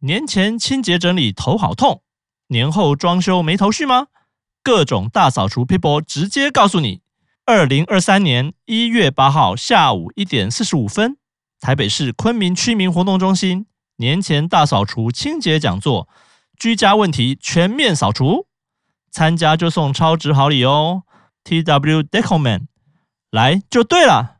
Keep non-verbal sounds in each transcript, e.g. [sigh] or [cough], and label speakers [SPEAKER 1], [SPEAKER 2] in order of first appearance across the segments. [SPEAKER 1] 年前清洁整理头好痛，年后装修没头绪吗？各种大扫除 people 直接告诉你，二零二三年一月八号下午一点四十五分，台北市昆明区民活动中心年前大扫除清洁讲座，居家问题全面扫除，参加就送超值好礼哦！TW Decoman 来就对了。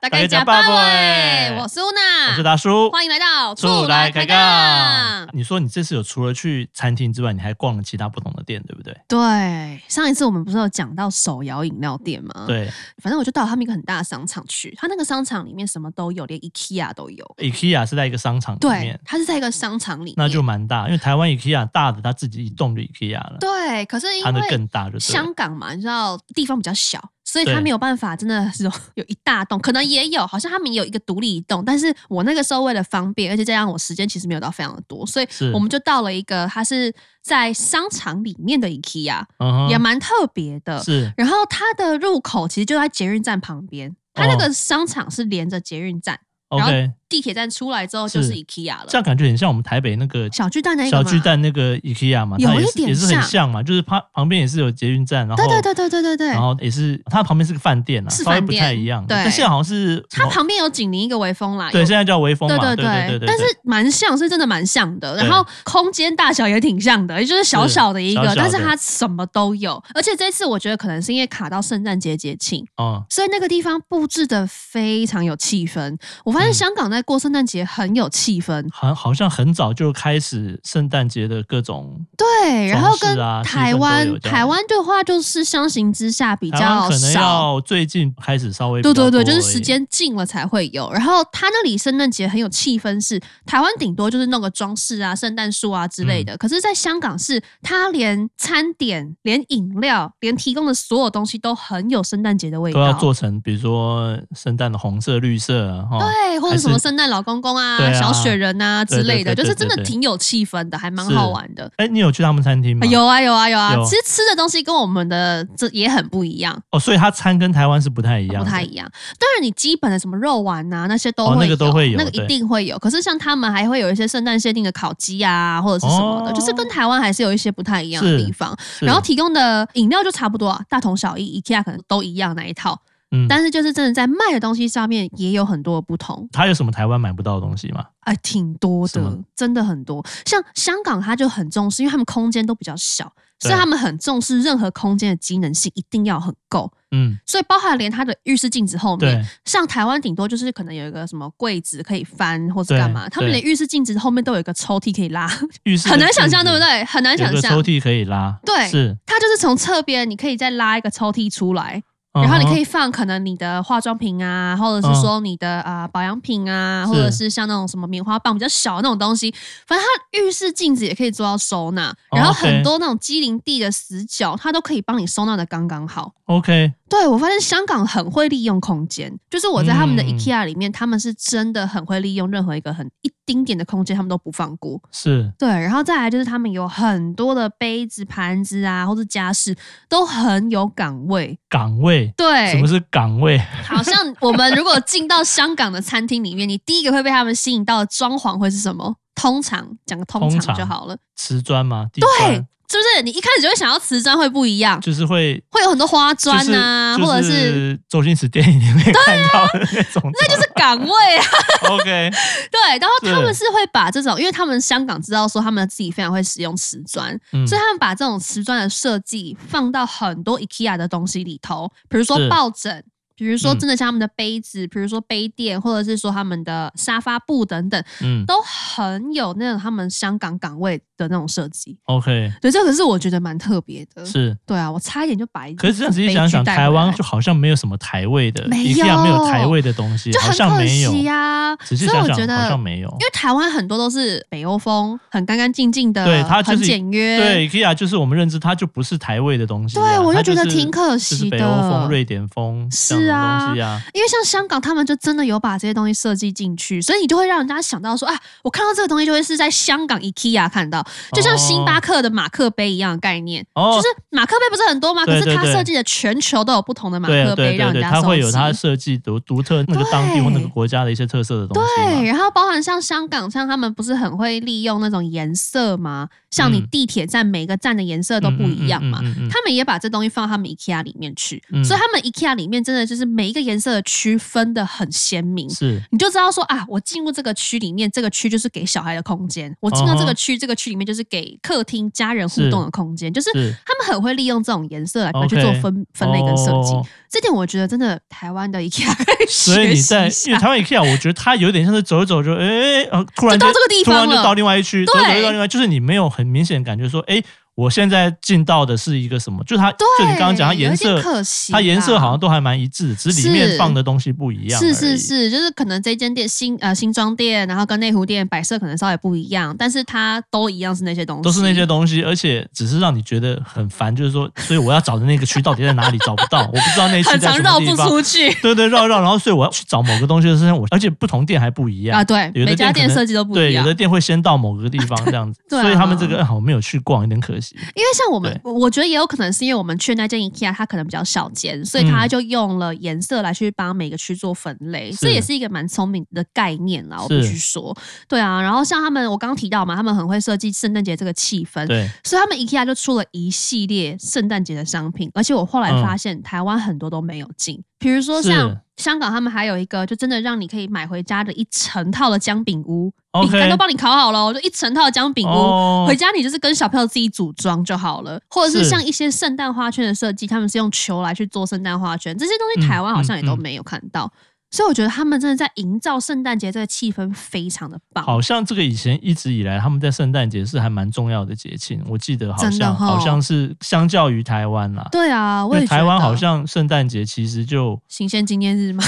[SPEAKER 2] 大
[SPEAKER 1] 概
[SPEAKER 2] 概
[SPEAKER 1] 加
[SPEAKER 2] 加
[SPEAKER 1] 八
[SPEAKER 2] 八
[SPEAKER 1] 位
[SPEAKER 2] 位，欸我是
[SPEAKER 1] 欸我是
[SPEAKER 2] Una，
[SPEAKER 1] 大叔，
[SPEAKER 2] 啊欢迎来到
[SPEAKER 1] 出来开
[SPEAKER 2] 杠
[SPEAKER 1] 杠。。你说你这次有除了去餐厅之外，你还逛了其他不同的店，对不对？
[SPEAKER 2] 对，上一次我们不是有讲到手摇饮料店吗？，
[SPEAKER 1] 对
[SPEAKER 2] 反正我就到他们一个很大的商场去，他那个商场里面什么都有，连 IKEA 都有。
[SPEAKER 1] ，IKEA 是在一个商场里
[SPEAKER 2] 对
[SPEAKER 1] 面，，
[SPEAKER 2] 它是在一个商场里面，
[SPEAKER 1] 那就蛮大，因为台湾 IKEA 大的，它自己一栋就 IKEA 了，
[SPEAKER 2] 对。可是因
[SPEAKER 1] 它的
[SPEAKER 2] 为
[SPEAKER 1] 更大就对了
[SPEAKER 2] 香港嘛，你知道地方比较小，所以
[SPEAKER 1] 对
[SPEAKER 2] 它没有办法真的是有有一大栋，可能也有，好像他们有一个独立一栋，但是我那个时候为了方便，而且加上我时间其实没有到非常的多，所以
[SPEAKER 1] 是
[SPEAKER 2] 我们就到了一个它是在商场里面的 IKEA，、
[SPEAKER 1] 嗯
[SPEAKER 2] 也
[SPEAKER 1] 哼，
[SPEAKER 2] 蛮特别的。
[SPEAKER 1] 是
[SPEAKER 2] 然后它的入口其实就在捷运站旁边，它那
[SPEAKER 1] 哦
[SPEAKER 2] 个商场是连着捷运站，然后
[SPEAKER 1] OK，
[SPEAKER 2] 地铁站出来之后就是是 IKEA
[SPEAKER 1] 这
[SPEAKER 2] 了。
[SPEAKER 1] 样感觉很像我们台北那个
[SPEAKER 2] 小巨蛋那个
[SPEAKER 1] 小
[SPEAKER 2] 嘛
[SPEAKER 1] 巨，蛋那个 IKEA 嘛，
[SPEAKER 2] 有
[SPEAKER 1] 它也
[SPEAKER 2] 一
[SPEAKER 1] 是
[SPEAKER 2] 点
[SPEAKER 1] 也是很
[SPEAKER 2] 像
[SPEAKER 1] 像嘛，就是旁旁边也是有捷运站，然后
[SPEAKER 2] 对对对对对对对
[SPEAKER 1] 然，后也是它旁边是个饭店啊，
[SPEAKER 2] 是
[SPEAKER 1] 稍微
[SPEAKER 2] 饭
[SPEAKER 1] 不太
[SPEAKER 2] 店
[SPEAKER 1] 一样，
[SPEAKER 2] 对
[SPEAKER 1] 但现在好像是
[SPEAKER 2] 它
[SPEAKER 1] 哦
[SPEAKER 2] 旁边有紧邻一个微风啦，
[SPEAKER 1] 对
[SPEAKER 2] 有
[SPEAKER 1] 现在叫微风
[SPEAKER 2] 对
[SPEAKER 1] 嘛，
[SPEAKER 2] 对
[SPEAKER 1] 对对对，
[SPEAKER 2] 但是蛮像，是真的蛮像的。然后空间大小也挺像的，也就是小
[SPEAKER 1] 是
[SPEAKER 2] 小的一个，
[SPEAKER 1] 小小的
[SPEAKER 2] 但是它什么都有。而且这次我觉得可能是因为卡到圣诞节节庆，
[SPEAKER 1] 哦
[SPEAKER 2] 所以那个地方布置的非常有气氛。我发现
[SPEAKER 1] 嗯
[SPEAKER 2] 香港在过圣诞节很有气氛，
[SPEAKER 1] 好，好像很早就开始圣诞节的各种，
[SPEAKER 2] 对。然后
[SPEAKER 1] 装
[SPEAKER 2] 跟
[SPEAKER 1] 饰啊
[SPEAKER 2] 台
[SPEAKER 1] 气氛都
[SPEAKER 2] 湾、
[SPEAKER 1] 有这样
[SPEAKER 2] 台湾对话就是相形之下比
[SPEAKER 1] 台湾
[SPEAKER 2] 较
[SPEAKER 1] 可能
[SPEAKER 2] 少。
[SPEAKER 1] 要最近开始稍微比
[SPEAKER 2] 对
[SPEAKER 1] 较
[SPEAKER 2] 对
[SPEAKER 1] 多
[SPEAKER 2] 对，就是
[SPEAKER 1] 而
[SPEAKER 2] 时
[SPEAKER 1] 已
[SPEAKER 2] 间近了才会有。然后他那里圣诞节很有气氛是，台湾顶多就是弄个装饰啊、圣诞树啊之
[SPEAKER 1] 嗯
[SPEAKER 2] 类的。可是，在香港是，它连餐点、连饮料、连提供的所有东西都很有圣诞节的味
[SPEAKER 1] 都
[SPEAKER 2] 道，
[SPEAKER 1] 要做成，比如说圣诞的红色、绿色啊，哈，
[SPEAKER 2] 对，或
[SPEAKER 1] 还
[SPEAKER 2] 者
[SPEAKER 1] 是
[SPEAKER 2] 什么圣诞老公公啊、
[SPEAKER 1] 对啊
[SPEAKER 2] 小雪人啊之类的，
[SPEAKER 1] 对对对
[SPEAKER 2] 就是真
[SPEAKER 1] 对
[SPEAKER 2] 的
[SPEAKER 1] 对
[SPEAKER 2] 挺有气氛的，还蛮
[SPEAKER 1] 是
[SPEAKER 2] 好玩的。
[SPEAKER 1] 哎，你有去他们餐厅吗？
[SPEAKER 2] 啊有啊有啊有啊！
[SPEAKER 1] 有
[SPEAKER 2] 其实吃的东西跟我们的这也很不一样，
[SPEAKER 1] 哦，所以它餐跟台湾是不太一样的，
[SPEAKER 2] 不太一样。当然，你基本的什么肉丸啊那些都
[SPEAKER 1] 哦
[SPEAKER 2] 会有、
[SPEAKER 1] 那个都会有
[SPEAKER 2] 那个
[SPEAKER 1] 对
[SPEAKER 2] 一定会有。可是像他们还会有一些圣诞限定的烤鸡啊，或者是什么的，
[SPEAKER 1] 哦
[SPEAKER 2] 就是跟台湾还是有一些不太一样的
[SPEAKER 1] 是
[SPEAKER 2] 地方。
[SPEAKER 1] 是。
[SPEAKER 2] 然后提供的饮料就差不多、啊，大同小异，IKEA 可能都一样那一套，
[SPEAKER 1] 嗯，
[SPEAKER 2] 但是就是真的在卖的东西上面也有很多的不同。
[SPEAKER 1] 它有什么台湾买不到的东西吗？
[SPEAKER 2] 哎，挺多
[SPEAKER 1] 是吗
[SPEAKER 2] 的，真的很多。像香港，它就很重视，因为他们空间都比较小，
[SPEAKER 1] 对
[SPEAKER 2] 所以他们很重视任何空间的机能性一定要很够。
[SPEAKER 1] 嗯，
[SPEAKER 2] 所以包含连它的浴室镜子后面
[SPEAKER 1] 对，
[SPEAKER 2] 像台湾顶多就是可能有一个什么柜子可以翻或是
[SPEAKER 1] 对
[SPEAKER 2] 干嘛，他们
[SPEAKER 1] 对
[SPEAKER 2] 连浴室镜子后面都有一个抽屉可以拉，
[SPEAKER 1] 浴室
[SPEAKER 2] 很
[SPEAKER 1] 的
[SPEAKER 2] 难想
[SPEAKER 1] 镜
[SPEAKER 2] 象，
[SPEAKER 1] 子
[SPEAKER 2] 对不？对？很难
[SPEAKER 1] 有
[SPEAKER 2] 想
[SPEAKER 1] 个
[SPEAKER 2] 象
[SPEAKER 1] 抽。屉可以拉，
[SPEAKER 2] 对
[SPEAKER 1] 是，
[SPEAKER 2] 它就是从侧边，你可以再拉一个抽屉出来，然后你可
[SPEAKER 1] 以
[SPEAKER 2] 以放可能你的化妆品啊，或者是说你的啊、呃保养品
[SPEAKER 1] 嗯
[SPEAKER 2] 啊，
[SPEAKER 1] 是
[SPEAKER 2] 或者是像那种什么棉花棒比较小的那种东西，反正它浴室镜子也可以做到收纳，
[SPEAKER 1] 哦
[SPEAKER 2] 然后
[SPEAKER 1] OK
[SPEAKER 2] 很多那种机灵地的死角，它都可以帮你收纳的刚刚好。
[SPEAKER 1] OK，
[SPEAKER 2] 对，我发现香港很会利用空间，就是我在他们的
[SPEAKER 1] 嗯
[SPEAKER 2] IKEA 里面，他们是真的很会利用任何一个很一丁点的空间，他们都不放过。
[SPEAKER 1] 是
[SPEAKER 2] 对，然后再来就是他们有很多的杯子、盘子啊，或是家饰，都很有港味。
[SPEAKER 1] 岗位。
[SPEAKER 2] 对，
[SPEAKER 1] 什么是岗位？ [laughs]
[SPEAKER 2] 好像我们如果进到香港的餐厅里面，你第一个会被他们吸引到的装潢会是什么？通常讲个通
[SPEAKER 1] 通
[SPEAKER 2] 常
[SPEAKER 1] 常
[SPEAKER 2] 就好了，
[SPEAKER 1] 瓷砖吗？地
[SPEAKER 2] 对
[SPEAKER 1] 砖，
[SPEAKER 2] 是不是？你一开始就会想要瓷砖会不一样，
[SPEAKER 1] 就是会
[SPEAKER 2] 会有很多花砖
[SPEAKER 1] 就是
[SPEAKER 2] 啊，
[SPEAKER 1] 就
[SPEAKER 2] 或者是。啊
[SPEAKER 1] 是周星驰电影里面看到的那种
[SPEAKER 2] [laughs]
[SPEAKER 1] 砖，那
[SPEAKER 2] 就是岗位啊，
[SPEAKER 1] [laughs] OK，
[SPEAKER 2] 对，啊然后
[SPEAKER 1] 是
[SPEAKER 2] 他们是会把这种，因为他们香港知道说他们自己非常会使用瓷砖，
[SPEAKER 1] 嗯
[SPEAKER 2] 所以他们把这种瓷砖的设计放到很多 IKEA 的东西里头，比如说
[SPEAKER 1] 是
[SPEAKER 2] 抱枕，比如说
[SPEAKER 1] 嗯
[SPEAKER 2] 真的像他们的杯子，比如说杯垫，或者是说他们的沙发布等等，
[SPEAKER 1] 嗯
[SPEAKER 2] 都很有那种他们香港岗位的那种设计。
[SPEAKER 1] ，OK，
[SPEAKER 2] 对，这个是我觉得蛮特别的。
[SPEAKER 1] 是。
[SPEAKER 2] 对啊，我差一点就把一
[SPEAKER 1] 可是这样仔细想想，台湾就好像没有什么台位的，
[SPEAKER 2] 没
[SPEAKER 1] 一定要没有台
[SPEAKER 2] 有
[SPEAKER 1] 位的东西，
[SPEAKER 2] 就
[SPEAKER 1] 好
[SPEAKER 2] 很
[SPEAKER 1] 像
[SPEAKER 2] 可
[SPEAKER 1] 没有
[SPEAKER 2] 惜。呀、
[SPEAKER 1] 仔
[SPEAKER 2] 所
[SPEAKER 1] 细
[SPEAKER 2] 以
[SPEAKER 1] 想
[SPEAKER 2] 我
[SPEAKER 1] 想，
[SPEAKER 2] 觉
[SPEAKER 1] 好
[SPEAKER 2] 得
[SPEAKER 1] 像。没有。
[SPEAKER 2] 因为台湾很多都是北欧风，很干干净净的，
[SPEAKER 1] 对它就是
[SPEAKER 2] 很简约。
[SPEAKER 1] 对，IKEA 就是我们认知，它就不是台位的东西啊、
[SPEAKER 2] 对，我
[SPEAKER 1] 它
[SPEAKER 2] 就觉得
[SPEAKER 1] 是
[SPEAKER 2] 挺可
[SPEAKER 1] 就
[SPEAKER 2] 惜
[SPEAKER 1] 是
[SPEAKER 2] 的。
[SPEAKER 1] 北欧风、瑞典风这
[SPEAKER 2] 是
[SPEAKER 1] 样的
[SPEAKER 2] 啊
[SPEAKER 1] 东西啊，
[SPEAKER 2] 因为像香港，他们就真的有把这些东西设计进去，所以你就会让人家想到说啊，我看到这个东西就会是在香港 IKEA 看到，就像星巴克的马克杯一样的概念。
[SPEAKER 1] 哦
[SPEAKER 2] 就是马克杯不是很多吗？
[SPEAKER 1] 对
[SPEAKER 2] 可
[SPEAKER 1] 对
[SPEAKER 2] 是它
[SPEAKER 1] 对
[SPEAKER 2] 设计的全球都有不同的马
[SPEAKER 1] 对
[SPEAKER 2] 克
[SPEAKER 1] 对
[SPEAKER 2] 杯，
[SPEAKER 1] 对
[SPEAKER 2] 让人
[SPEAKER 1] 对，
[SPEAKER 2] 家
[SPEAKER 1] 它
[SPEAKER 2] 收
[SPEAKER 1] 会有它
[SPEAKER 2] 集
[SPEAKER 1] 设计独独特那个当地或那个国家的一些特色的东西嘛。
[SPEAKER 2] 对，然后包含像香港，像他们不是很会利用那种颜色吗？像你
[SPEAKER 1] 嗯
[SPEAKER 2] 地铁站每个站的颜色都不一样嘛，
[SPEAKER 1] 嗯嗯嗯嗯嗯嗯
[SPEAKER 2] 他们也把这东西放到他们 IKEA 里面去，
[SPEAKER 1] 嗯
[SPEAKER 2] 所以他们 IKEA 里面真的就是每一个颜色的区分的很鲜明。
[SPEAKER 1] 是
[SPEAKER 2] 你就知道说啊，我进入这个区里面，这个区就是给小孩的空间；我进到这
[SPEAKER 1] 嗯
[SPEAKER 2] 个
[SPEAKER 1] 哼
[SPEAKER 2] 区这个区里面就是给客厅家人互
[SPEAKER 1] 是
[SPEAKER 2] 动的空间。就是
[SPEAKER 1] 是
[SPEAKER 2] 他们很会利用这种颜色来来去
[SPEAKER 1] OK
[SPEAKER 2] 做分分类跟设计。
[SPEAKER 1] 哦
[SPEAKER 2] 这点我觉得真的台湾的 [laughs] IKEA 可以
[SPEAKER 1] 所以
[SPEAKER 2] 学
[SPEAKER 1] 你在因
[SPEAKER 2] 习啊一
[SPEAKER 1] 为
[SPEAKER 2] 下，
[SPEAKER 1] 台湾 IKEA，我觉得它有点像是走一走就哎、呃突然
[SPEAKER 2] 就到这个地
[SPEAKER 1] 突
[SPEAKER 2] 方
[SPEAKER 1] 然就到
[SPEAKER 2] 了。
[SPEAKER 1] 另外一区，走
[SPEAKER 2] 对
[SPEAKER 1] 一走就到另外，就是你没有很明显的感觉说，哎、我现在进到的是一个什么？就它，
[SPEAKER 2] 对，
[SPEAKER 1] 就你刚刚讲它
[SPEAKER 2] 有
[SPEAKER 1] 颜
[SPEAKER 2] 一点
[SPEAKER 1] 色，
[SPEAKER 2] 可惜啦，
[SPEAKER 1] 它颜色好像都还蛮一致，只是里面放的东西不一样。
[SPEAKER 2] 是是，是，就是可能这间店新呃新装店，然后跟内湖店摆设可能稍微不一样，但是它都一样是那些东西，
[SPEAKER 1] 都是那些东西，而且只是让你觉得很烦，就是说，所以我要找的那个区到底在哪里找不到，我不知道那区
[SPEAKER 2] [laughs] 很
[SPEAKER 1] 在
[SPEAKER 2] 常
[SPEAKER 1] 什
[SPEAKER 2] 绕
[SPEAKER 1] 么地
[SPEAKER 2] 不
[SPEAKER 1] 方。
[SPEAKER 2] 出去
[SPEAKER 1] 对对，绕一绕，然后所以我要去找某个东西的时候，我而且不同店还不一样
[SPEAKER 2] 啊。对，
[SPEAKER 1] 有的
[SPEAKER 2] 每
[SPEAKER 1] 店可
[SPEAKER 2] 家店
[SPEAKER 1] 能
[SPEAKER 2] 设计都不
[SPEAKER 1] 对，
[SPEAKER 2] 一
[SPEAKER 1] 有
[SPEAKER 2] 样
[SPEAKER 1] 的。店会先到某个地方这样子，
[SPEAKER 2] [laughs] 对啊
[SPEAKER 1] 所以他们这个好、我没有去逛，有点可惜。
[SPEAKER 2] 因为像我们，我觉得也有可能是因为我们去那间 IKEA，它可能比较小间，所以它
[SPEAKER 1] 嗯
[SPEAKER 2] 就用了颜色来去帮每个区做分类，
[SPEAKER 1] 是
[SPEAKER 2] 这也是一个蛮聪明的概念啦。我必
[SPEAKER 1] 是
[SPEAKER 2] 须说，对啊。然后像他们，我刚刚提到嘛，他们很会设计圣诞节这个气氛，
[SPEAKER 1] 对，
[SPEAKER 2] 所以他们 IKEA 就出了一系列圣诞节的商品，而且我后来发现台湾很多都没有进，比如说像
[SPEAKER 1] 嗯是
[SPEAKER 2] 香港，他们还有一个就真的让你可以买回家的一整套的姜饼屋，
[SPEAKER 1] OK
[SPEAKER 2] 饼干都帮你烤好了哦，就一整套的姜饼屋。
[SPEAKER 1] 哦
[SPEAKER 2] 回家你就是跟小朋友自己组装就好了，或者是
[SPEAKER 1] 是
[SPEAKER 2] 像一些圣诞花圈的设计，他们是用球来去做圣诞花圈，这些东西
[SPEAKER 1] 嗯
[SPEAKER 2] 台湾好像也都
[SPEAKER 1] 嗯嗯
[SPEAKER 2] 没有看到，所以我觉得他们真的在营造圣诞节这个气氛非常的棒。
[SPEAKER 1] 好像这个以前一直以来他们在圣诞节是还蛮重要的节庆，我记得好
[SPEAKER 2] 真的
[SPEAKER 1] 像、
[SPEAKER 2] 哦
[SPEAKER 1] 好像是相较于台湾啦，
[SPEAKER 2] 对啊，我
[SPEAKER 1] 因
[SPEAKER 2] 也
[SPEAKER 1] 为
[SPEAKER 2] 觉得
[SPEAKER 1] 台湾好像圣诞节其实就
[SPEAKER 2] 新鲜纪
[SPEAKER 1] [laughs]
[SPEAKER 2] 念日吗？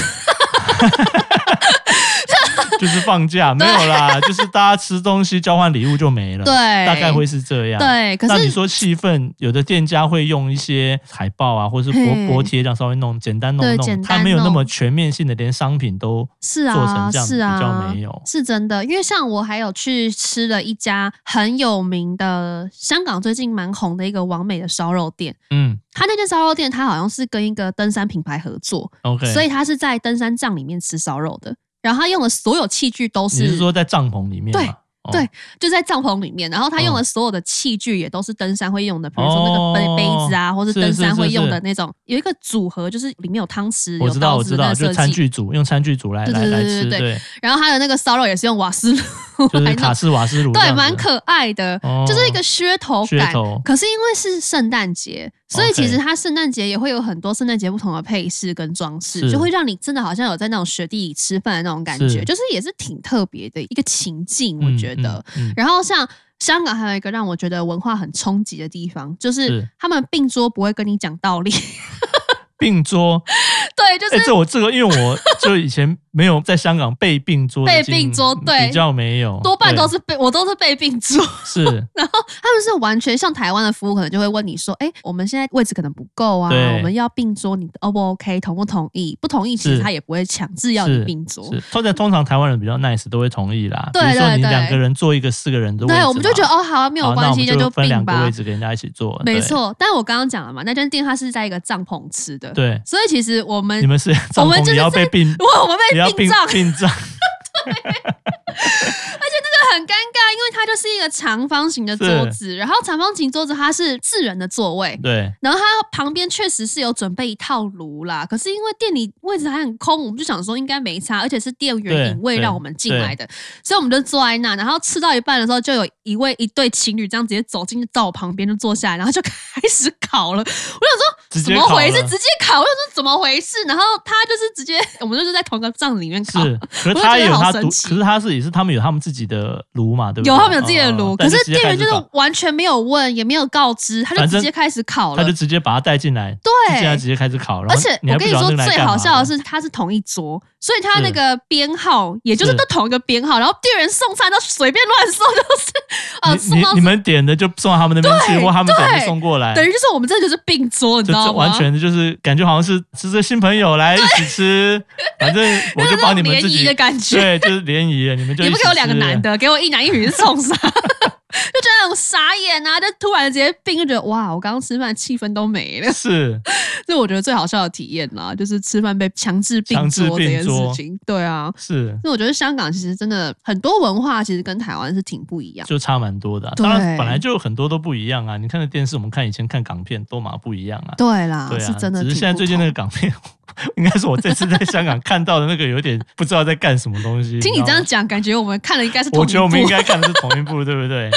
[SPEAKER 1] 就是放假
[SPEAKER 2] [laughs]
[SPEAKER 1] 没有啦，就是大家吃东西交换礼物就没了，
[SPEAKER 2] 对，
[SPEAKER 1] 大概会是这样。
[SPEAKER 2] 对，可
[SPEAKER 1] 那你
[SPEAKER 2] 是
[SPEAKER 1] 说气氛，有的店家会用一些海报啊，或者是
[SPEAKER 2] 嘿
[SPEAKER 1] 薄薄贴这样稍微弄简单弄
[SPEAKER 2] 对
[SPEAKER 1] 一弄，
[SPEAKER 2] 简
[SPEAKER 1] 它
[SPEAKER 2] 单
[SPEAKER 1] 没有那
[SPEAKER 2] 弄
[SPEAKER 1] 么全面性的，连商品都
[SPEAKER 2] 是
[SPEAKER 1] 做成
[SPEAKER 2] 啊，
[SPEAKER 1] 这样
[SPEAKER 2] 是
[SPEAKER 1] 比较
[SPEAKER 2] 啊，
[SPEAKER 1] 没有
[SPEAKER 2] 是真的，因为像我还有去吃了一家很有名的香港最近蛮红的一个完美的烧肉店，
[SPEAKER 1] 嗯
[SPEAKER 2] 它那间烧肉店它好像是跟一个登山品牌合作，
[SPEAKER 1] ，OK。
[SPEAKER 2] 所以它是在登山杖里面吃烧肉的，然后它用的所有器具都
[SPEAKER 1] 你是说在帐篷里面
[SPEAKER 2] 对
[SPEAKER 1] 吗？哦
[SPEAKER 2] 对，就在帐篷里面，然后他用的
[SPEAKER 1] 嗯
[SPEAKER 2] 所有的器具也都是登山会用的，比如说那个
[SPEAKER 1] 哦
[SPEAKER 2] 杯杯子啊，或是
[SPEAKER 1] 是
[SPEAKER 2] 登山
[SPEAKER 1] 是是
[SPEAKER 2] 会用的
[SPEAKER 1] 是
[SPEAKER 2] 那种，有一个组合，就是里面有汤匙、
[SPEAKER 1] 我
[SPEAKER 2] 有
[SPEAKER 1] 知道，
[SPEAKER 2] 刀
[SPEAKER 1] 我
[SPEAKER 2] 子
[SPEAKER 1] 知
[SPEAKER 2] 的那
[SPEAKER 1] 道，
[SPEAKER 2] 个
[SPEAKER 1] 就
[SPEAKER 2] 设
[SPEAKER 1] 餐
[SPEAKER 2] 计，
[SPEAKER 1] 具组用餐具组来
[SPEAKER 2] 对
[SPEAKER 1] 来
[SPEAKER 2] 对
[SPEAKER 1] 来
[SPEAKER 2] 对
[SPEAKER 1] 吃，
[SPEAKER 2] 对
[SPEAKER 1] 对，
[SPEAKER 2] 然后还有那个烧肉也是用瓦斯炉
[SPEAKER 1] 就
[SPEAKER 2] 来
[SPEAKER 1] 是卡
[SPEAKER 2] 弄，
[SPEAKER 1] 式瓦斯炉这样
[SPEAKER 2] 对，
[SPEAKER 1] 子，
[SPEAKER 2] 蛮可爱的，
[SPEAKER 1] 哦，
[SPEAKER 2] 就是一个噱头
[SPEAKER 1] 噱
[SPEAKER 2] 感。
[SPEAKER 1] 头，
[SPEAKER 2] 可是因为是圣诞节，所以其实
[SPEAKER 1] 哦 OK
[SPEAKER 2] 它圣诞节也会有很多圣诞节不同的配饰跟装饰，
[SPEAKER 1] 是
[SPEAKER 2] 就会让你真的好像有在那种雪地里吃饭的那种感觉，
[SPEAKER 1] 是
[SPEAKER 2] 就是也是挺特别的一个情境，
[SPEAKER 1] 嗯
[SPEAKER 2] 我觉
[SPEAKER 1] 嗯
[SPEAKER 2] 得。，
[SPEAKER 1] 嗯
[SPEAKER 2] 然后像香港还有一个让我觉得文化很冲击的地方，就是
[SPEAKER 1] 是
[SPEAKER 2] 他们并桌不会跟你讲道理， [laughs]
[SPEAKER 1] 并桌，
[SPEAKER 2] 对，就
[SPEAKER 1] 哎，
[SPEAKER 2] 是
[SPEAKER 1] 这我这个，因为我就以前没有在香港被并桌的
[SPEAKER 2] 被
[SPEAKER 1] 经
[SPEAKER 2] 并桌
[SPEAKER 1] 嗯
[SPEAKER 2] 对
[SPEAKER 1] 比较没有，
[SPEAKER 2] 多半
[SPEAKER 1] 对
[SPEAKER 2] 都是被我都是被并桌，
[SPEAKER 1] 是
[SPEAKER 2] 然后他们是完全像台湾的服务，可能就会问你说，哎，我们现在位置可能不够啊，
[SPEAKER 1] 对
[SPEAKER 2] 我们要并桌，你 O 不 OK，同不同意？不同意，其实
[SPEAKER 1] 是
[SPEAKER 2] 他也不会强制要你
[SPEAKER 1] 是
[SPEAKER 2] 并桌。
[SPEAKER 1] 是，通常通常台湾人比较 nice 都会同意啦，比
[SPEAKER 2] 对
[SPEAKER 1] 如说
[SPEAKER 2] 对
[SPEAKER 1] 你
[SPEAKER 2] 对
[SPEAKER 1] 两个人坐一个四个人的位置嘛，
[SPEAKER 2] 对，我们就觉得哦，好啊，没有
[SPEAKER 1] 好
[SPEAKER 2] 关
[SPEAKER 1] 那我
[SPEAKER 2] 系，
[SPEAKER 1] 们
[SPEAKER 2] 那就
[SPEAKER 1] 分
[SPEAKER 2] 并
[SPEAKER 1] 两个
[SPEAKER 2] 吧
[SPEAKER 1] 位。置给人家一起坐，
[SPEAKER 2] 没
[SPEAKER 1] 对，
[SPEAKER 2] 错，但我刚刚讲了嘛，那间店它是在一个帐篷吃的，
[SPEAKER 1] 对，
[SPEAKER 2] 所以其实我们 [laughs]
[SPEAKER 1] 你们是帐
[SPEAKER 2] 们
[SPEAKER 1] 篷
[SPEAKER 2] 就
[SPEAKER 1] 也
[SPEAKER 2] 是
[SPEAKER 1] 要被
[SPEAKER 2] 在
[SPEAKER 1] 并，
[SPEAKER 2] 我我们
[SPEAKER 1] 也要
[SPEAKER 2] 被并
[SPEAKER 1] 并
[SPEAKER 2] 帐 [laughs]
[SPEAKER 1] 并帐，
[SPEAKER 2] 很尴尬，因为它就是一个长方形的桌子，然后长方形桌子它是四人的座位，
[SPEAKER 1] 对。
[SPEAKER 2] 然后它旁边确实是有准备一套炉啦，可是因为店里位置还很空，我们就想说应该没差，而且是店员
[SPEAKER 1] 对
[SPEAKER 2] 引位
[SPEAKER 1] 对
[SPEAKER 2] 让我们进来的，所以我们就坐在那，然后吃到一半的时候，就有一位一对情侣这样直接走进到我旁边就坐下来，然后就 [laughs] 开始烤了。我想说
[SPEAKER 1] 直
[SPEAKER 2] 怎
[SPEAKER 1] 接
[SPEAKER 2] 么
[SPEAKER 1] 烤
[SPEAKER 2] 回事？
[SPEAKER 1] 了
[SPEAKER 2] 直接烤？我想说怎么回事？然后他就是直接，我们就是在同一个帐子里面烤，
[SPEAKER 1] 是，可
[SPEAKER 2] 哦我
[SPEAKER 1] 是
[SPEAKER 2] 就
[SPEAKER 1] 他
[SPEAKER 2] 觉
[SPEAKER 1] 也
[SPEAKER 2] 得
[SPEAKER 1] 有
[SPEAKER 2] 好
[SPEAKER 1] 他
[SPEAKER 2] 神
[SPEAKER 1] 独，
[SPEAKER 2] 奇
[SPEAKER 1] 可是他是也是他们有他们自己的炉嘛，对不对？
[SPEAKER 2] 有他们有自己的
[SPEAKER 1] 哦
[SPEAKER 2] 炉，
[SPEAKER 1] 但
[SPEAKER 2] 可是
[SPEAKER 1] 直接
[SPEAKER 2] 店
[SPEAKER 1] 开
[SPEAKER 2] 员
[SPEAKER 1] 始
[SPEAKER 2] 就是
[SPEAKER 1] 烤
[SPEAKER 2] 完全没有问，也没有告知，他就
[SPEAKER 1] 反
[SPEAKER 2] 直
[SPEAKER 1] 正
[SPEAKER 2] 接开始烤
[SPEAKER 1] 他
[SPEAKER 2] 了
[SPEAKER 1] 就。直接把他带进来，就进来
[SPEAKER 2] 对，
[SPEAKER 1] 直接开始烤，然后
[SPEAKER 2] 而且
[SPEAKER 1] 还不
[SPEAKER 2] 我跟你
[SPEAKER 1] 晓得
[SPEAKER 2] 说
[SPEAKER 1] 那个来
[SPEAKER 2] 最
[SPEAKER 1] 干
[SPEAKER 2] 好
[SPEAKER 1] 嘛
[SPEAKER 2] 笑的
[SPEAKER 1] 的
[SPEAKER 2] 是，他是同一桌，所以他那
[SPEAKER 1] 是
[SPEAKER 2] 个编号也就是
[SPEAKER 1] 是
[SPEAKER 2] 都同一个编号，然后店员送餐都随便乱送，就是呃
[SPEAKER 1] 你
[SPEAKER 2] 送
[SPEAKER 1] 你
[SPEAKER 2] 到
[SPEAKER 1] 你们点的就送到他们那边去，
[SPEAKER 2] 对
[SPEAKER 1] 或他们点
[SPEAKER 2] 对
[SPEAKER 1] 的送过来，
[SPEAKER 2] 等于就是我们这就是并桌，你知
[SPEAKER 1] 就
[SPEAKER 2] 道
[SPEAKER 1] 这
[SPEAKER 2] 吗？
[SPEAKER 1] 完全就是感觉好像是这是新朋友来一起吃，反正我
[SPEAKER 2] 有
[SPEAKER 1] 就
[SPEAKER 2] 那
[SPEAKER 1] 把
[SPEAKER 2] 种
[SPEAKER 1] 你们
[SPEAKER 2] 联
[SPEAKER 1] 自
[SPEAKER 2] 谊
[SPEAKER 1] 己
[SPEAKER 2] 的感觉。
[SPEAKER 1] 对，就是联谊了，你们就
[SPEAKER 2] 你
[SPEAKER 1] 一
[SPEAKER 2] 不
[SPEAKER 1] 起
[SPEAKER 2] 给我两个
[SPEAKER 1] 吃
[SPEAKER 2] 男的，给我一男一女是冲啥？ [laughs] 就觉得很傻眼啊！就突然直接病，就觉得哇，我刚刚吃饭气氛都没了。 [laughs]
[SPEAKER 1] 是
[SPEAKER 2] 这我觉得最好笑的体验啦，就是吃饭被强制并
[SPEAKER 1] 强制
[SPEAKER 2] 桌这
[SPEAKER 1] 并
[SPEAKER 2] 件事
[SPEAKER 1] 桌
[SPEAKER 2] 情。对啊，
[SPEAKER 1] 是，
[SPEAKER 2] 那我觉得香港其实真的很多文化其实跟台湾是挺不一样。
[SPEAKER 1] 就差蛮多的啊、
[SPEAKER 2] 对
[SPEAKER 1] 当然本来就有很多都不一样啊。你看的电视，我们看以前看港片都嘛不一样啊。
[SPEAKER 2] 对啦，
[SPEAKER 1] 对啊，
[SPEAKER 2] 是真的
[SPEAKER 1] 只
[SPEAKER 2] 挺不同。
[SPEAKER 1] 是现在最近那个港片， [laughs] 应该是我这次在香港看到的那个，有点不知道在干什么东西。
[SPEAKER 2] 听你
[SPEAKER 1] 知
[SPEAKER 2] 这
[SPEAKER 1] 道吗
[SPEAKER 2] 样讲，感觉我们看了应该是同
[SPEAKER 1] 我
[SPEAKER 2] 一
[SPEAKER 1] 觉得我们
[SPEAKER 2] 部
[SPEAKER 1] 应该看的是同一部，对不
[SPEAKER 2] [laughs]
[SPEAKER 1] 对？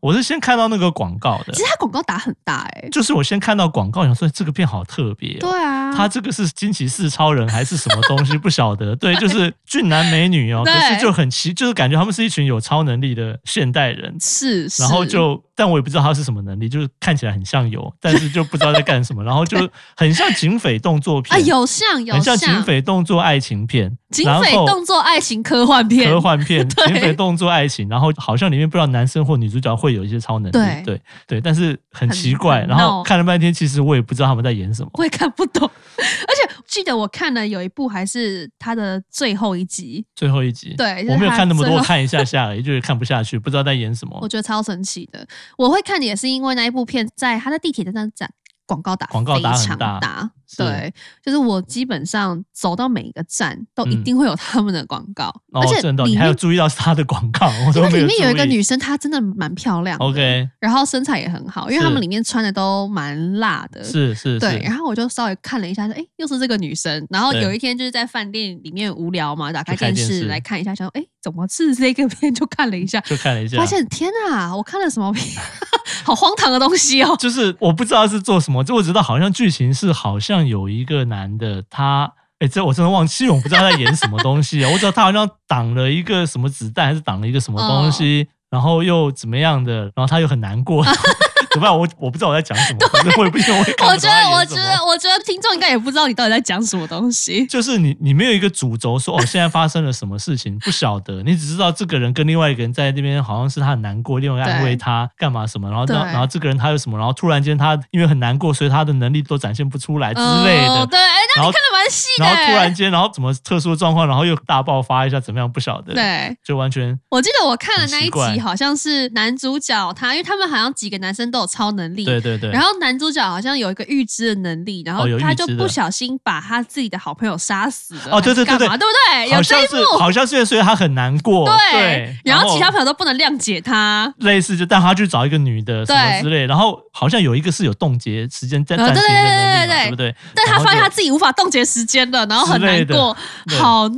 [SPEAKER 1] 我是先看到那个广告的
[SPEAKER 2] 其，实它广告打很大哎、
[SPEAKER 1] 就是我先看到广告，想说这个片好特别、哦。
[SPEAKER 2] 对啊，
[SPEAKER 1] 他这个是惊奇四超人还是什么东西不晓
[SPEAKER 2] [laughs]
[SPEAKER 1] 得，对，就是俊男美女哦，
[SPEAKER 2] 对
[SPEAKER 1] 可是就很奇，就是感觉他们是一群有超能力的现代人，
[SPEAKER 2] 是，
[SPEAKER 1] 然后
[SPEAKER 2] 是啊
[SPEAKER 1] 就，但我也不知道他是什么能力，就是看起来很像有，但是就不知道在干什么，然后就很像警匪动作片
[SPEAKER 2] 啊，有像有
[SPEAKER 1] 很像警匪动作爱情片，
[SPEAKER 2] 警
[SPEAKER 1] 然
[SPEAKER 2] 匪
[SPEAKER 1] 后
[SPEAKER 2] 动作爱情科幻片，
[SPEAKER 1] 科幻
[SPEAKER 2] [laughs]
[SPEAKER 1] 片，
[SPEAKER 2] 对
[SPEAKER 1] 警匪动作爱情，然后好像里面不知道男生或女主角会有一些超能力
[SPEAKER 2] 对，
[SPEAKER 1] 对对，但是很
[SPEAKER 2] 很
[SPEAKER 1] 奇怪，
[SPEAKER 2] 很
[SPEAKER 1] 然后
[SPEAKER 2] 闹
[SPEAKER 1] 看了半天，其实我也不知道他们在演什么。
[SPEAKER 2] 我也看不懂。而且记得我看了有一部，还是它的最后一集，
[SPEAKER 1] 最后一集，
[SPEAKER 2] 对就是
[SPEAKER 1] 我没有
[SPEAKER 2] 他
[SPEAKER 1] 看那么多，
[SPEAKER 2] 最后
[SPEAKER 1] 我看一下下而已，就是看不下去，不知道在演什么
[SPEAKER 2] 我。觉得超神奇的。我会看也是因为那一部片，在它的地铁站站广告打
[SPEAKER 1] 广告打
[SPEAKER 2] 非
[SPEAKER 1] 很
[SPEAKER 2] 常
[SPEAKER 1] 大
[SPEAKER 2] 大，
[SPEAKER 1] 是
[SPEAKER 2] 对，就是我基本上走到每一个站都一
[SPEAKER 1] 嗯
[SPEAKER 2] 定会有他们的广告，
[SPEAKER 1] 哦
[SPEAKER 2] 而且，
[SPEAKER 1] 真的哦，
[SPEAKER 2] 里
[SPEAKER 1] 你还有
[SPEAKER 2] 面
[SPEAKER 1] 注意到是他的广告，我
[SPEAKER 2] 因
[SPEAKER 1] 都
[SPEAKER 2] 为
[SPEAKER 1] 没
[SPEAKER 2] 里
[SPEAKER 1] 有
[SPEAKER 2] 面有一个
[SPEAKER 1] 注意
[SPEAKER 2] 女生，她真的蛮漂亮的
[SPEAKER 1] OK，
[SPEAKER 2] 然后身材也很好，因为
[SPEAKER 1] 是
[SPEAKER 2] 他们里面穿的都蛮辣的，
[SPEAKER 1] 是是
[SPEAKER 2] 呃对，
[SPEAKER 1] 是，
[SPEAKER 2] 然后我就稍微看了一下，说，哎，又是这个女生。然后
[SPEAKER 1] 对
[SPEAKER 2] 有一天就是在饭店里面无聊嘛，打开
[SPEAKER 1] 就开
[SPEAKER 2] 电
[SPEAKER 1] 电
[SPEAKER 2] 视
[SPEAKER 1] 视
[SPEAKER 2] 来看一下，想说，哎，怎么是这个片？就看了一下，
[SPEAKER 1] 就看了一下
[SPEAKER 2] 发。现天啊，我看了什么片？ [laughs] 好荒唐的东西哦！
[SPEAKER 1] [laughs] 就是我不知道是做什么，就我知道好像剧情是好像有一个男的他。哎、这我真的忘记，我不知道他在演什么东西啊！ [laughs] 我知道他好像挡了一个什么子弹，还是挡了一个什么东
[SPEAKER 2] 哦
[SPEAKER 1] 西，然后又怎么样的，然后他又很难
[SPEAKER 2] [laughs]
[SPEAKER 1] 过，怎么办？我我不知道我在讲什么，可是我也不行，我也看
[SPEAKER 2] 我
[SPEAKER 1] 不
[SPEAKER 2] 觉
[SPEAKER 1] 懂他
[SPEAKER 2] 得，
[SPEAKER 1] 演
[SPEAKER 2] 我
[SPEAKER 1] 什
[SPEAKER 2] 觉
[SPEAKER 1] 么
[SPEAKER 2] 得，我觉得听众应该也不知道你到底在讲什么东西。
[SPEAKER 1] 就是你你没有一个主轴说哦， [laughs] 现在发生了什么事情不晓得，你只知道这个人跟另外一个人在那边好像是他很难过，另外一个人安慰
[SPEAKER 2] 对
[SPEAKER 1] 他干嘛什么，然后然后
[SPEAKER 2] 对
[SPEAKER 1] 然后这个人他有什么，然后突然间他因为很难过，所以他的能力都展现不出 [laughs] 来之类的。
[SPEAKER 2] 哦对，哎，那
[SPEAKER 1] 然后
[SPEAKER 2] 你看的蛮细的
[SPEAKER 1] 然后
[SPEAKER 2] 欸。
[SPEAKER 1] 突然间，然后什么特殊的状况，然后又大爆发一下，怎么样不晓得，，
[SPEAKER 2] 对，
[SPEAKER 1] 就完全
[SPEAKER 2] 我记得我看了那
[SPEAKER 1] 很
[SPEAKER 2] 一
[SPEAKER 1] 奇怪
[SPEAKER 2] 集，好像是男主角他，因为他们好像几个男生都有超能力，
[SPEAKER 1] 对对对，
[SPEAKER 2] 然后男主角好像有一个预知的能力，然后
[SPEAKER 1] 哦有预
[SPEAKER 2] 他就
[SPEAKER 1] 知的
[SPEAKER 2] 不小心把他自己的好朋友杀死了，
[SPEAKER 1] 哦对对
[SPEAKER 2] 还是
[SPEAKER 1] 对
[SPEAKER 2] 干嘛对不哎对？有
[SPEAKER 1] 好
[SPEAKER 2] 这
[SPEAKER 1] 像
[SPEAKER 2] 一
[SPEAKER 1] 是
[SPEAKER 2] 幕，
[SPEAKER 1] 好像是所以他很难过，对，
[SPEAKER 2] 然后其他朋友都不能谅解他，
[SPEAKER 1] 类似就带他去找一个女的什么
[SPEAKER 2] 对
[SPEAKER 1] 之类，然后好像有一个是有冻结时间暂
[SPEAKER 2] 呃
[SPEAKER 1] 暂停的
[SPEAKER 2] 对对
[SPEAKER 1] 能力嘛，
[SPEAKER 2] 对对对
[SPEAKER 1] 对不对？
[SPEAKER 2] 但他
[SPEAKER 1] 然后
[SPEAKER 2] 发现
[SPEAKER 1] 就
[SPEAKER 2] 他自己无法冻结时间了，然后很难
[SPEAKER 1] 之类
[SPEAKER 2] 过
[SPEAKER 1] 的，对
[SPEAKER 2] 好闹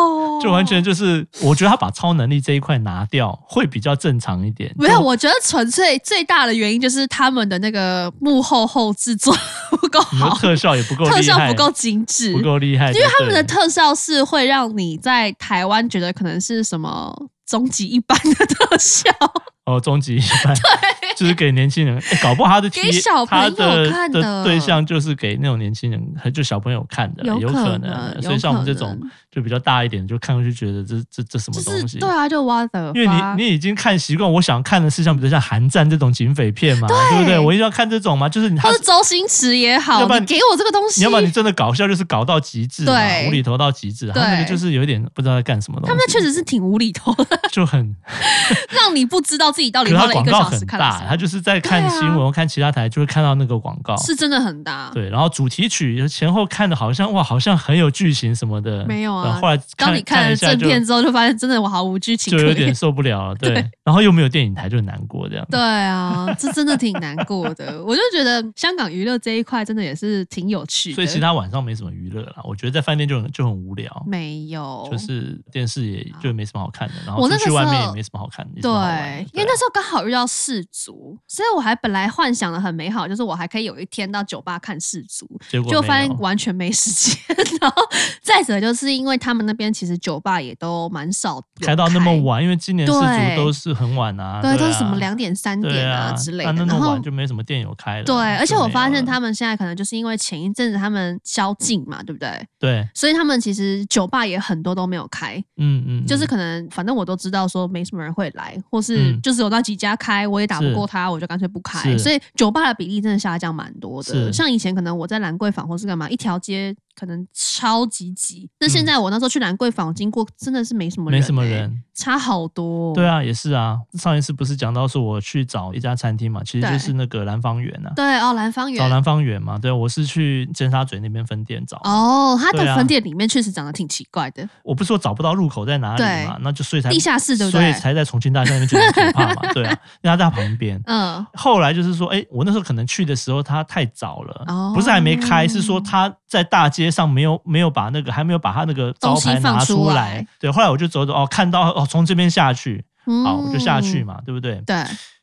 [SPEAKER 2] 哦，
[SPEAKER 1] 就完全就是，我觉得他把超能力这一块拿掉会比较正常一点。
[SPEAKER 2] 没有。
[SPEAKER 1] 就
[SPEAKER 2] 我觉得纯粹最大的原因就是他们的那个幕后后制作不够
[SPEAKER 1] [laughs] 你们
[SPEAKER 2] 好，
[SPEAKER 1] 特效也不够厉害，
[SPEAKER 2] 特效不够精致，
[SPEAKER 1] 不够厉害，
[SPEAKER 2] 因为他们的
[SPEAKER 1] 就对了
[SPEAKER 2] 特效是会让你在台湾觉得可能是什么终极一般的特效，
[SPEAKER 1] 哦，终极一班就是给年轻人，诶搞不好他的 T
[SPEAKER 2] 给小朋
[SPEAKER 1] 他
[SPEAKER 2] 友
[SPEAKER 1] 的
[SPEAKER 2] 看
[SPEAKER 1] 的
[SPEAKER 2] 的
[SPEAKER 1] 对象就是给那种年轻人，还就小朋友看的，有
[SPEAKER 2] 可
[SPEAKER 1] 能。
[SPEAKER 2] 能，
[SPEAKER 1] 所以像我们这种
[SPEAKER 2] 有可能
[SPEAKER 1] 就比较大一点，就看过去觉得这这这什么
[SPEAKER 2] 就
[SPEAKER 1] 东
[SPEAKER 2] 是
[SPEAKER 1] 西
[SPEAKER 2] 对。啊，就 what the
[SPEAKER 1] 因为
[SPEAKER 2] fuck
[SPEAKER 1] 你你已经看习惯，我想看的是像比如像韩战这种警匪片嘛，对不对？
[SPEAKER 2] 对
[SPEAKER 1] 我一定要看这种嘛，就是你他
[SPEAKER 2] 或是周星驰也好
[SPEAKER 1] 要不，然
[SPEAKER 2] 你给我这个东西，
[SPEAKER 1] 你要么你真的搞笑，就是搞到极致嘛，
[SPEAKER 2] 对
[SPEAKER 1] 无厘头到极致。他那个
[SPEAKER 2] 对
[SPEAKER 1] 就是有一点不知道在干什么东西。
[SPEAKER 2] 他们确实是挺无厘头的，
[SPEAKER 1] 就很，
[SPEAKER 2] 让你不知道自己到
[SPEAKER 1] 可
[SPEAKER 2] 底
[SPEAKER 1] 是他
[SPEAKER 2] 花了一
[SPEAKER 1] 广
[SPEAKER 2] 个
[SPEAKER 1] 告
[SPEAKER 2] 小
[SPEAKER 1] 很
[SPEAKER 2] 时看了
[SPEAKER 1] 大，
[SPEAKER 2] 什
[SPEAKER 1] 他
[SPEAKER 2] 么，
[SPEAKER 1] 就是在看
[SPEAKER 2] 对啊
[SPEAKER 1] 新闻、看其他台，就会看到那个广告。
[SPEAKER 2] 是真的很大。
[SPEAKER 1] 对，然后主题曲前后看的好像哇，好像很有剧情什么的，
[SPEAKER 2] 没有啊
[SPEAKER 1] 然后后来
[SPEAKER 2] 当你看
[SPEAKER 1] 一
[SPEAKER 2] 了
[SPEAKER 1] 下
[SPEAKER 2] 正
[SPEAKER 1] 就
[SPEAKER 2] 片之后，就发现真的我毫无剧情
[SPEAKER 1] 就
[SPEAKER 2] 可
[SPEAKER 1] 有
[SPEAKER 2] 言
[SPEAKER 1] 点。受不了了，对
[SPEAKER 2] 对。
[SPEAKER 1] 然后又没有电影台，就很难过这样。
[SPEAKER 2] [laughs] 对啊，这真的挺难过的。我就觉得香港娱乐这一块真的也是挺有趣的。
[SPEAKER 1] 所以其他晚上没什么娱乐啦，我觉得在饭店就很就很无聊，
[SPEAKER 2] 没有，
[SPEAKER 1] 就是电视也就没什么好看的，然后
[SPEAKER 2] 我那
[SPEAKER 1] 出
[SPEAKER 2] 个
[SPEAKER 1] 去
[SPEAKER 2] 时
[SPEAKER 1] 外面也
[SPEAKER 2] 候
[SPEAKER 1] 没什么好看，没什
[SPEAKER 2] 对
[SPEAKER 1] 么好玩的，
[SPEAKER 2] 因为
[SPEAKER 1] 对
[SPEAKER 2] 那时候刚好遇到世足，所以我还本来幻想的很美好，就是我还可以有一天到酒吧看世足，
[SPEAKER 1] 啊结果
[SPEAKER 2] 就
[SPEAKER 1] 没
[SPEAKER 2] 发
[SPEAKER 1] 有
[SPEAKER 2] 现完全没时间。 [laughs] 然后再者就是因为他们那边其实酒吧也都蛮少有
[SPEAKER 1] 开到那么
[SPEAKER 2] 开，
[SPEAKER 1] 晚，因为今年世足
[SPEAKER 2] 对
[SPEAKER 1] 都是很晚啊，
[SPEAKER 2] 对，
[SPEAKER 1] 啊
[SPEAKER 2] 都是什么两点、三
[SPEAKER 1] 对
[SPEAKER 2] 点
[SPEAKER 1] 啊
[SPEAKER 2] 之类
[SPEAKER 1] 啊
[SPEAKER 2] 的。
[SPEAKER 1] 那
[SPEAKER 2] 然
[SPEAKER 1] 么
[SPEAKER 2] 后
[SPEAKER 1] 晚就没什么店有开了。
[SPEAKER 2] 对，而且
[SPEAKER 1] 就
[SPEAKER 2] 我
[SPEAKER 1] 没
[SPEAKER 2] 发
[SPEAKER 1] 有
[SPEAKER 2] 现
[SPEAKER 1] 了
[SPEAKER 2] 他们现在可能就是因为前一阵子他们宵禁嘛，对不对？
[SPEAKER 1] 对，
[SPEAKER 2] 所以他们其实酒吧也很多都没有开，
[SPEAKER 1] 嗯嗯，
[SPEAKER 2] 就是
[SPEAKER 1] 嗯
[SPEAKER 2] 可能反正我都知道说没什么人会来，或是
[SPEAKER 1] 嗯
[SPEAKER 2] 就是有那几家开，我也打
[SPEAKER 1] 是
[SPEAKER 2] 不过他，我就干脆不开。
[SPEAKER 1] 是
[SPEAKER 2] 所以酒吧的比例真的下降蛮多
[SPEAKER 1] 是
[SPEAKER 2] 的。像以前可能我在兰桂坊或是干嘛，一条街可能超级挤。那现在我那时候去兰桂坊经过，真的是没什么
[SPEAKER 1] 嗯
[SPEAKER 2] 人、
[SPEAKER 1] 没什么
[SPEAKER 2] 欸，
[SPEAKER 1] 人。
[SPEAKER 2] 差好多、哦
[SPEAKER 1] 对，啊，也是啊。上一次不是讲到说我去找一家餐厅嘛，其实
[SPEAKER 2] 对
[SPEAKER 1] 就是那个兰芳园啊，
[SPEAKER 2] 对哦，兰芳
[SPEAKER 1] 找
[SPEAKER 2] 园。
[SPEAKER 1] 兰芳园嘛。对，我是去尖沙咀那边分店找。
[SPEAKER 2] 哦，它
[SPEAKER 1] 对啊
[SPEAKER 2] 的分店里面确实长得挺奇怪的，
[SPEAKER 1] 我不是说找不到入口在哪里
[SPEAKER 2] 对
[SPEAKER 1] 嘛，那就所以才
[SPEAKER 2] 地下室对不
[SPEAKER 1] 所以
[SPEAKER 2] 对？
[SPEAKER 1] 才在重庆大厦那边觉得很可怕嘛。
[SPEAKER 2] [laughs]
[SPEAKER 1] 对啊，因为它在旁边。
[SPEAKER 2] 嗯，
[SPEAKER 1] 后来就是说，哎、我那时候可能去的时候它太早了，
[SPEAKER 2] 哦
[SPEAKER 1] 不是还没开，是说他在大街上没有没有把那个还没有把他那个招
[SPEAKER 2] 东西
[SPEAKER 1] 牌拿
[SPEAKER 2] 放出
[SPEAKER 1] 出来。
[SPEAKER 2] 来嗯
[SPEAKER 1] 对，后来我就走走哦，看到哦，从这边下去，好，我就下去
[SPEAKER 2] 嘛。
[SPEAKER 1] 嘛，对不对？
[SPEAKER 2] 嗯对，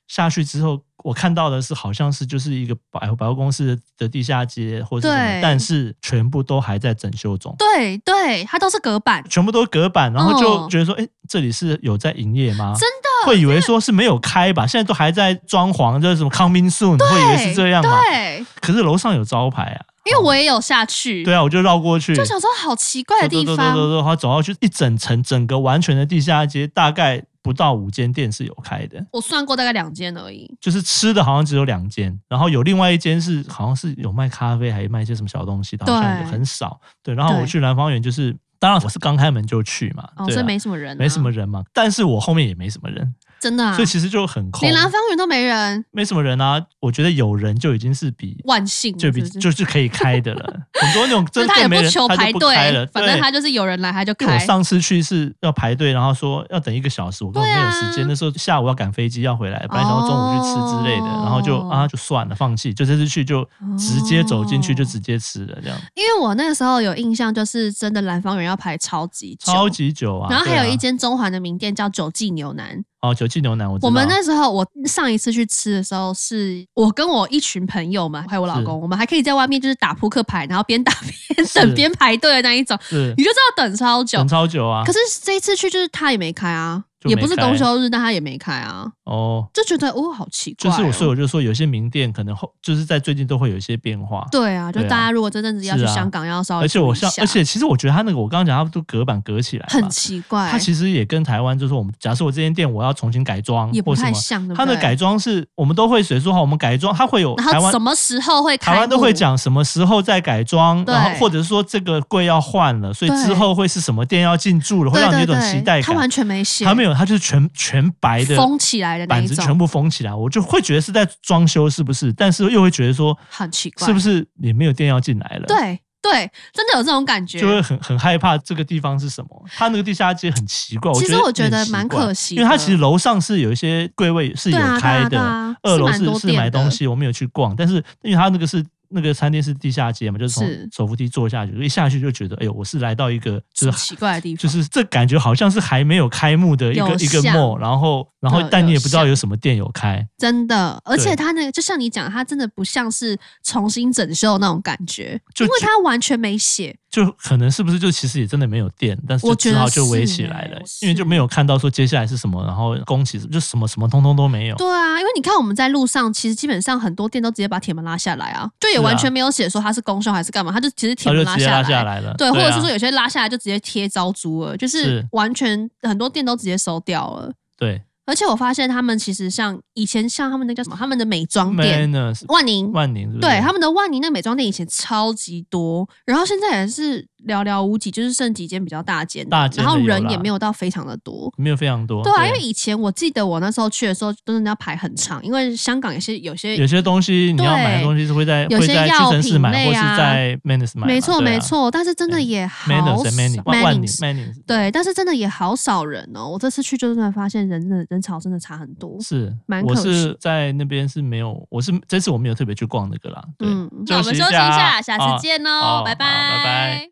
[SPEAKER 1] 下去之后，我看到的是好像是就是一个百百货公司的地下街或者是什么，
[SPEAKER 2] 对
[SPEAKER 1] 但是全部都还在整修中。
[SPEAKER 2] 对对，它都是隔板，
[SPEAKER 1] 全部都隔板，然后就
[SPEAKER 2] 哦
[SPEAKER 1] 觉得说，哎、这里是有在营业吗？
[SPEAKER 2] 真的
[SPEAKER 1] 会以为说是没有开吧，现在都还在装潢，就是什么 coming soon，会以为是这样嘛？
[SPEAKER 2] 对，
[SPEAKER 1] 可是楼上有招牌啊，
[SPEAKER 2] 因为我也有下去，
[SPEAKER 1] 对啊，我就绕过去，
[SPEAKER 2] 就想说好奇怪的地
[SPEAKER 1] 走走走走
[SPEAKER 2] 方，
[SPEAKER 1] 走，然后走到去一整层，整个完全的地下街，大概不到五间店是有开的，
[SPEAKER 2] 我算过大概两间而已。
[SPEAKER 1] 就是吃的好像只有两间，然后有另外一间是好像是有卖咖啡，还卖一些什么小东西的，好像
[SPEAKER 2] 对
[SPEAKER 1] 很少。对，然后我
[SPEAKER 2] 对
[SPEAKER 1] 去兰芳园，就是当然我是刚开门就去嘛，
[SPEAKER 2] 哦，
[SPEAKER 1] 对啊
[SPEAKER 2] 所以没什么人、啊，
[SPEAKER 1] 没什么，人嘛，但是我后面也没什么人，
[SPEAKER 2] 真的、啊，
[SPEAKER 1] 所以其实就很空
[SPEAKER 2] 连，兰芳园都没人，
[SPEAKER 1] 没什么人啊。我觉得有人就已经是比
[SPEAKER 2] 万幸
[SPEAKER 1] 就比
[SPEAKER 2] 是不是
[SPEAKER 1] 就是可以开的了，很多那种
[SPEAKER 2] 就
[SPEAKER 1] 真
[SPEAKER 2] 他也
[SPEAKER 1] 的没
[SPEAKER 2] 不
[SPEAKER 1] 人
[SPEAKER 2] 求
[SPEAKER 1] 他
[SPEAKER 2] 排
[SPEAKER 1] 就不开了，
[SPEAKER 2] 队，反正
[SPEAKER 1] 对
[SPEAKER 2] 他就是有人来他就
[SPEAKER 1] 因为
[SPEAKER 2] 开
[SPEAKER 1] 我。上次去是要排队，然后说要等一个小时，我根本没有时
[SPEAKER 2] 对
[SPEAKER 1] 间。
[SPEAKER 2] 啊
[SPEAKER 1] 那时候下午要赶飞机要回来，本来想要中午去吃之类的，
[SPEAKER 2] 哦
[SPEAKER 1] 然后就啊就算了，放弃。就这次去就直接走进去
[SPEAKER 2] 哦
[SPEAKER 1] 就直接吃了，这样
[SPEAKER 2] 因为我那个时候有印象，就是真的兰芳园要排超级久，
[SPEAKER 1] 超级久啊。
[SPEAKER 2] 然后还有一
[SPEAKER 1] 对
[SPEAKER 2] 间中环的名店叫九记牛腩，
[SPEAKER 1] 啊哦九记牛腩，我知道
[SPEAKER 2] 我们那时候，我上一次去吃的时候，是我跟我一群朋友嘛，还有我老
[SPEAKER 1] 是
[SPEAKER 2] 公，我们还可以在外面就是打扑克牌，然后边打边
[SPEAKER 1] 是
[SPEAKER 2] 等 [laughs] 边排队的那一种，
[SPEAKER 1] 是
[SPEAKER 2] 你就知道等超久
[SPEAKER 1] 等。超久啊
[SPEAKER 2] 可。是这一次去就是他也没开啊，
[SPEAKER 1] 就没
[SPEAKER 2] 也
[SPEAKER 1] 开
[SPEAKER 2] 不是公休日，但他也没开啊，
[SPEAKER 1] 哦，
[SPEAKER 2] 就觉得哦好奇
[SPEAKER 1] 就
[SPEAKER 2] 怪哦、
[SPEAKER 1] 是我，所以我就说有些名店可能后就是在最近都会有一些变化。
[SPEAKER 2] 对啊，就
[SPEAKER 1] 对啊
[SPEAKER 2] 大家如果这阵子要
[SPEAKER 1] 是
[SPEAKER 2] 去
[SPEAKER 1] 啊
[SPEAKER 2] 香港，要稍微
[SPEAKER 1] 而且我像
[SPEAKER 2] 注意一，下
[SPEAKER 1] 而且其实我觉得他那个我刚刚讲，他都隔板隔起来嘛，
[SPEAKER 2] 很奇怪，
[SPEAKER 1] 它其实也跟台湾就是我们假设我这间店我要重新改装
[SPEAKER 2] 也
[SPEAKER 1] 或
[SPEAKER 2] 不
[SPEAKER 1] 什
[SPEAKER 2] 太
[SPEAKER 1] 么，
[SPEAKER 2] 像，对不
[SPEAKER 1] 它的
[SPEAKER 2] 对
[SPEAKER 1] 改，装是我们都会谁说好，我们改装它会有
[SPEAKER 2] 然
[SPEAKER 1] 台
[SPEAKER 2] 后
[SPEAKER 1] 湾
[SPEAKER 2] 什么时候会开幕，
[SPEAKER 1] 台湾都会讲什么时候再改装，
[SPEAKER 2] 对
[SPEAKER 1] 然后或者是说这个柜要换了，所以
[SPEAKER 2] 对
[SPEAKER 1] 之后会是什么店要进驻了，会
[SPEAKER 2] 对，
[SPEAKER 1] 让你有
[SPEAKER 2] 对
[SPEAKER 1] 种
[SPEAKER 2] 对
[SPEAKER 1] 期待
[SPEAKER 2] 他完
[SPEAKER 1] 感。
[SPEAKER 2] 全没写，
[SPEAKER 1] 它没有，它就是全全白的
[SPEAKER 2] 封起来的那
[SPEAKER 1] 板
[SPEAKER 2] 一
[SPEAKER 1] 子
[SPEAKER 2] 种，
[SPEAKER 1] 全部封起来，我就会觉得是在装修，是不是？但是又会觉得说，
[SPEAKER 2] 很奇怪，
[SPEAKER 1] 是不是也没有店要进来了？。
[SPEAKER 2] 对对，真的有这种感觉
[SPEAKER 1] 就。会很很害怕这个地方是什么。它那个地下街很奇怪，
[SPEAKER 2] 其实
[SPEAKER 1] 我
[SPEAKER 2] 我觉得
[SPEAKER 1] 很奇
[SPEAKER 2] 蛮
[SPEAKER 1] 怪
[SPEAKER 2] 可惜
[SPEAKER 1] 因为它
[SPEAKER 2] 的
[SPEAKER 1] 其实楼上是有一些柜位是有
[SPEAKER 2] 对啊
[SPEAKER 1] 开
[SPEAKER 2] 对
[SPEAKER 1] 的，
[SPEAKER 2] 啊对
[SPEAKER 1] 二
[SPEAKER 2] 啊是
[SPEAKER 1] 楼
[SPEAKER 2] 蛮
[SPEAKER 1] 是
[SPEAKER 2] 多
[SPEAKER 1] 是
[SPEAKER 2] 店
[SPEAKER 1] 买东
[SPEAKER 2] 的
[SPEAKER 1] 西，我没有去逛，但是因为它那个是。那个餐厅是地下街嘛，就是
[SPEAKER 2] 是
[SPEAKER 1] 从手扶梯坐下去，一下去就觉得，哎呦，我是来到一个就
[SPEAKER 2] 很
[SPEAKER 1] 是
[SPEAKER 2] 奇怪的地方，
[SPEAKER 1] 就是这感觉好像是还没有开幕的一个
[SPEAKER 2] 有
[SPEAKER 1] 一个
[SPEAKER 2] 像
[SPEAKER 1] mall，然后然后
[SPEAKER 2] 有
[SPEAKER 1] 但你
[SPEAKER 2] 有
[SPEAKER 1] 也不知道
[SPEAKER 2] 像
[SPEAKER 1] 有什么店有开，
[SPEAKER 2] 真的，而
[SPEAKER 1] 对
[SPEAKER 2] 且它那个就像你讲，它真的不像是重新整修那种感觉，
[SPEAKER 1] 就
[SPEAKER 2] 因为
[SPEAKER 1] 只
[SPEAKER 2] 它完全没写，
[SPEAKER 1] 就可能是不是就其实也真的没有电，但是就
[SPEAKER 2] 我觉
[SPEAKER 1] 只
[SPEAKER 2] 得
[SPEAKER 1] 好就围
[SPEAKER 2] 是
[SPEAKER 1] 起
[SPEAKER 2] 欸
[SPEAKER 1] 来了，
[SPEAKER 2] 是
[SPEAKER 1] 因为就没有看到说接下来是什么，然后工期就什么什么通通都没有。
[SPEAKER 2] 对啊，因为你看我们在路上，其实基本上很多店都直接把铁门拉下来啊，就也
[SPEAKER 1] 是啊
[SPEAKER 2] 完全没有写说它是公休还是干嘛，它就直接铁
[SPEAKER 1] 他
[SPEAKER 2] 门
[SPEAKER 1] 就
[SPEAKER 2] 拉
[SPEAKER 1] 直接拉下
[SPEAKER 2] 下来。
[SPEAKER 1] 来了，
[SPEAKER 2] 对，或
[SPEAKER 1] 啊
[SPEAKER 2] 者是说有些拉下来就直接贴招租了，就是
[SPEAKER 1] 是
[SPEAKER 2] 完全很多店都直接收掉了。
[SPEAKER 1] 对
[SPEAKER 2] 而且我发现他们其实像以前像他们那叫什么，他们的美妆店
[SPEAKER 1] Manus
[SPEAKER 2] 万宁
[SPEAKER 1] 万宁是不是
[SPEAKER 2] 对，他们的万宁那美妆店以前超级多，然后现在也是寥寥无几，就是剩几间比较大间的，
[SPEAKER 1] 大间的
[SPEAKER 2] 然后
[SPEAKER 1] 有
[SPEAKER 2] 人
[SPEAKER 1] 啦哦
[SPEAKER 2] 也没有到非常的多。
[SPEAKER 1] 没有非常多，
[SPEAKER 2] 对啊，因为以前我记得我那时候去的时候，真的要排很长，因为香港也是有些
[SPEAKER 1] 有些东西你要买的
[SPEAKER 2] 对
[SPEAKER 1] 东西是会在
[SPEAKER 2] 有
[SPEAKER 1] 会
[SPEAKER 2] 些
[SPEAKER 1] 在屈
[SPEAKER 2] 药
[SPEAKER 1] 臣氏
[SPEAKER 2] 品
[SPEAKER 1] 买，
[SPEAKER 2] 类
[SPEAKER 1] 或是
[SPEAKER 2] 啊
[SPEAKER 1] 在 Manus 买嘛，
[SPEAKER 2] 没
[SPEAKER 1] 对
[SPEAKER 2] 错
[SPEAKER 1] 啊
[SPEAKER 2] 没错，但是真的
[SPEAKER 1] 对
[SPEAKER 2] 也好
[SPEAKER 1] ，Manus
[SPEAKER 2] 少
[SPEAKER 1] Manus 万万宁
[SPEAKER 2] Mannings
[SPEAKER 1] Manus
[SPEAKER 2] 对，但是真的也好少人哦。我这次去就真的发现人真的人潮真的差很多。
[SPEAKER 1] 是
[SPEAKER 2] 蛮，
[SPEAKER 1] 我
[SPEAKER 2] 可
[SPEAKER 1] 是
[SPEAKER 2] 惜
[SPEAKER 1] 在那边是没有，我是这次我没有特别去逛那个啦，对，
[SPEAKER 2] 嗯，那我们
[SPEAKER 1] 休息
[SPEAKER 2] 休息一
[SPEAKER 1] 下
[SPEAKER 2] 下，下
[SPEAKER 1] 啊
[SPEAKER 2] 次见
[SPEAKER 1] 好
[SPEAKER 2] 哦，
[SPEAKER 1] 好拜拜
[SPEAKER 2] 拜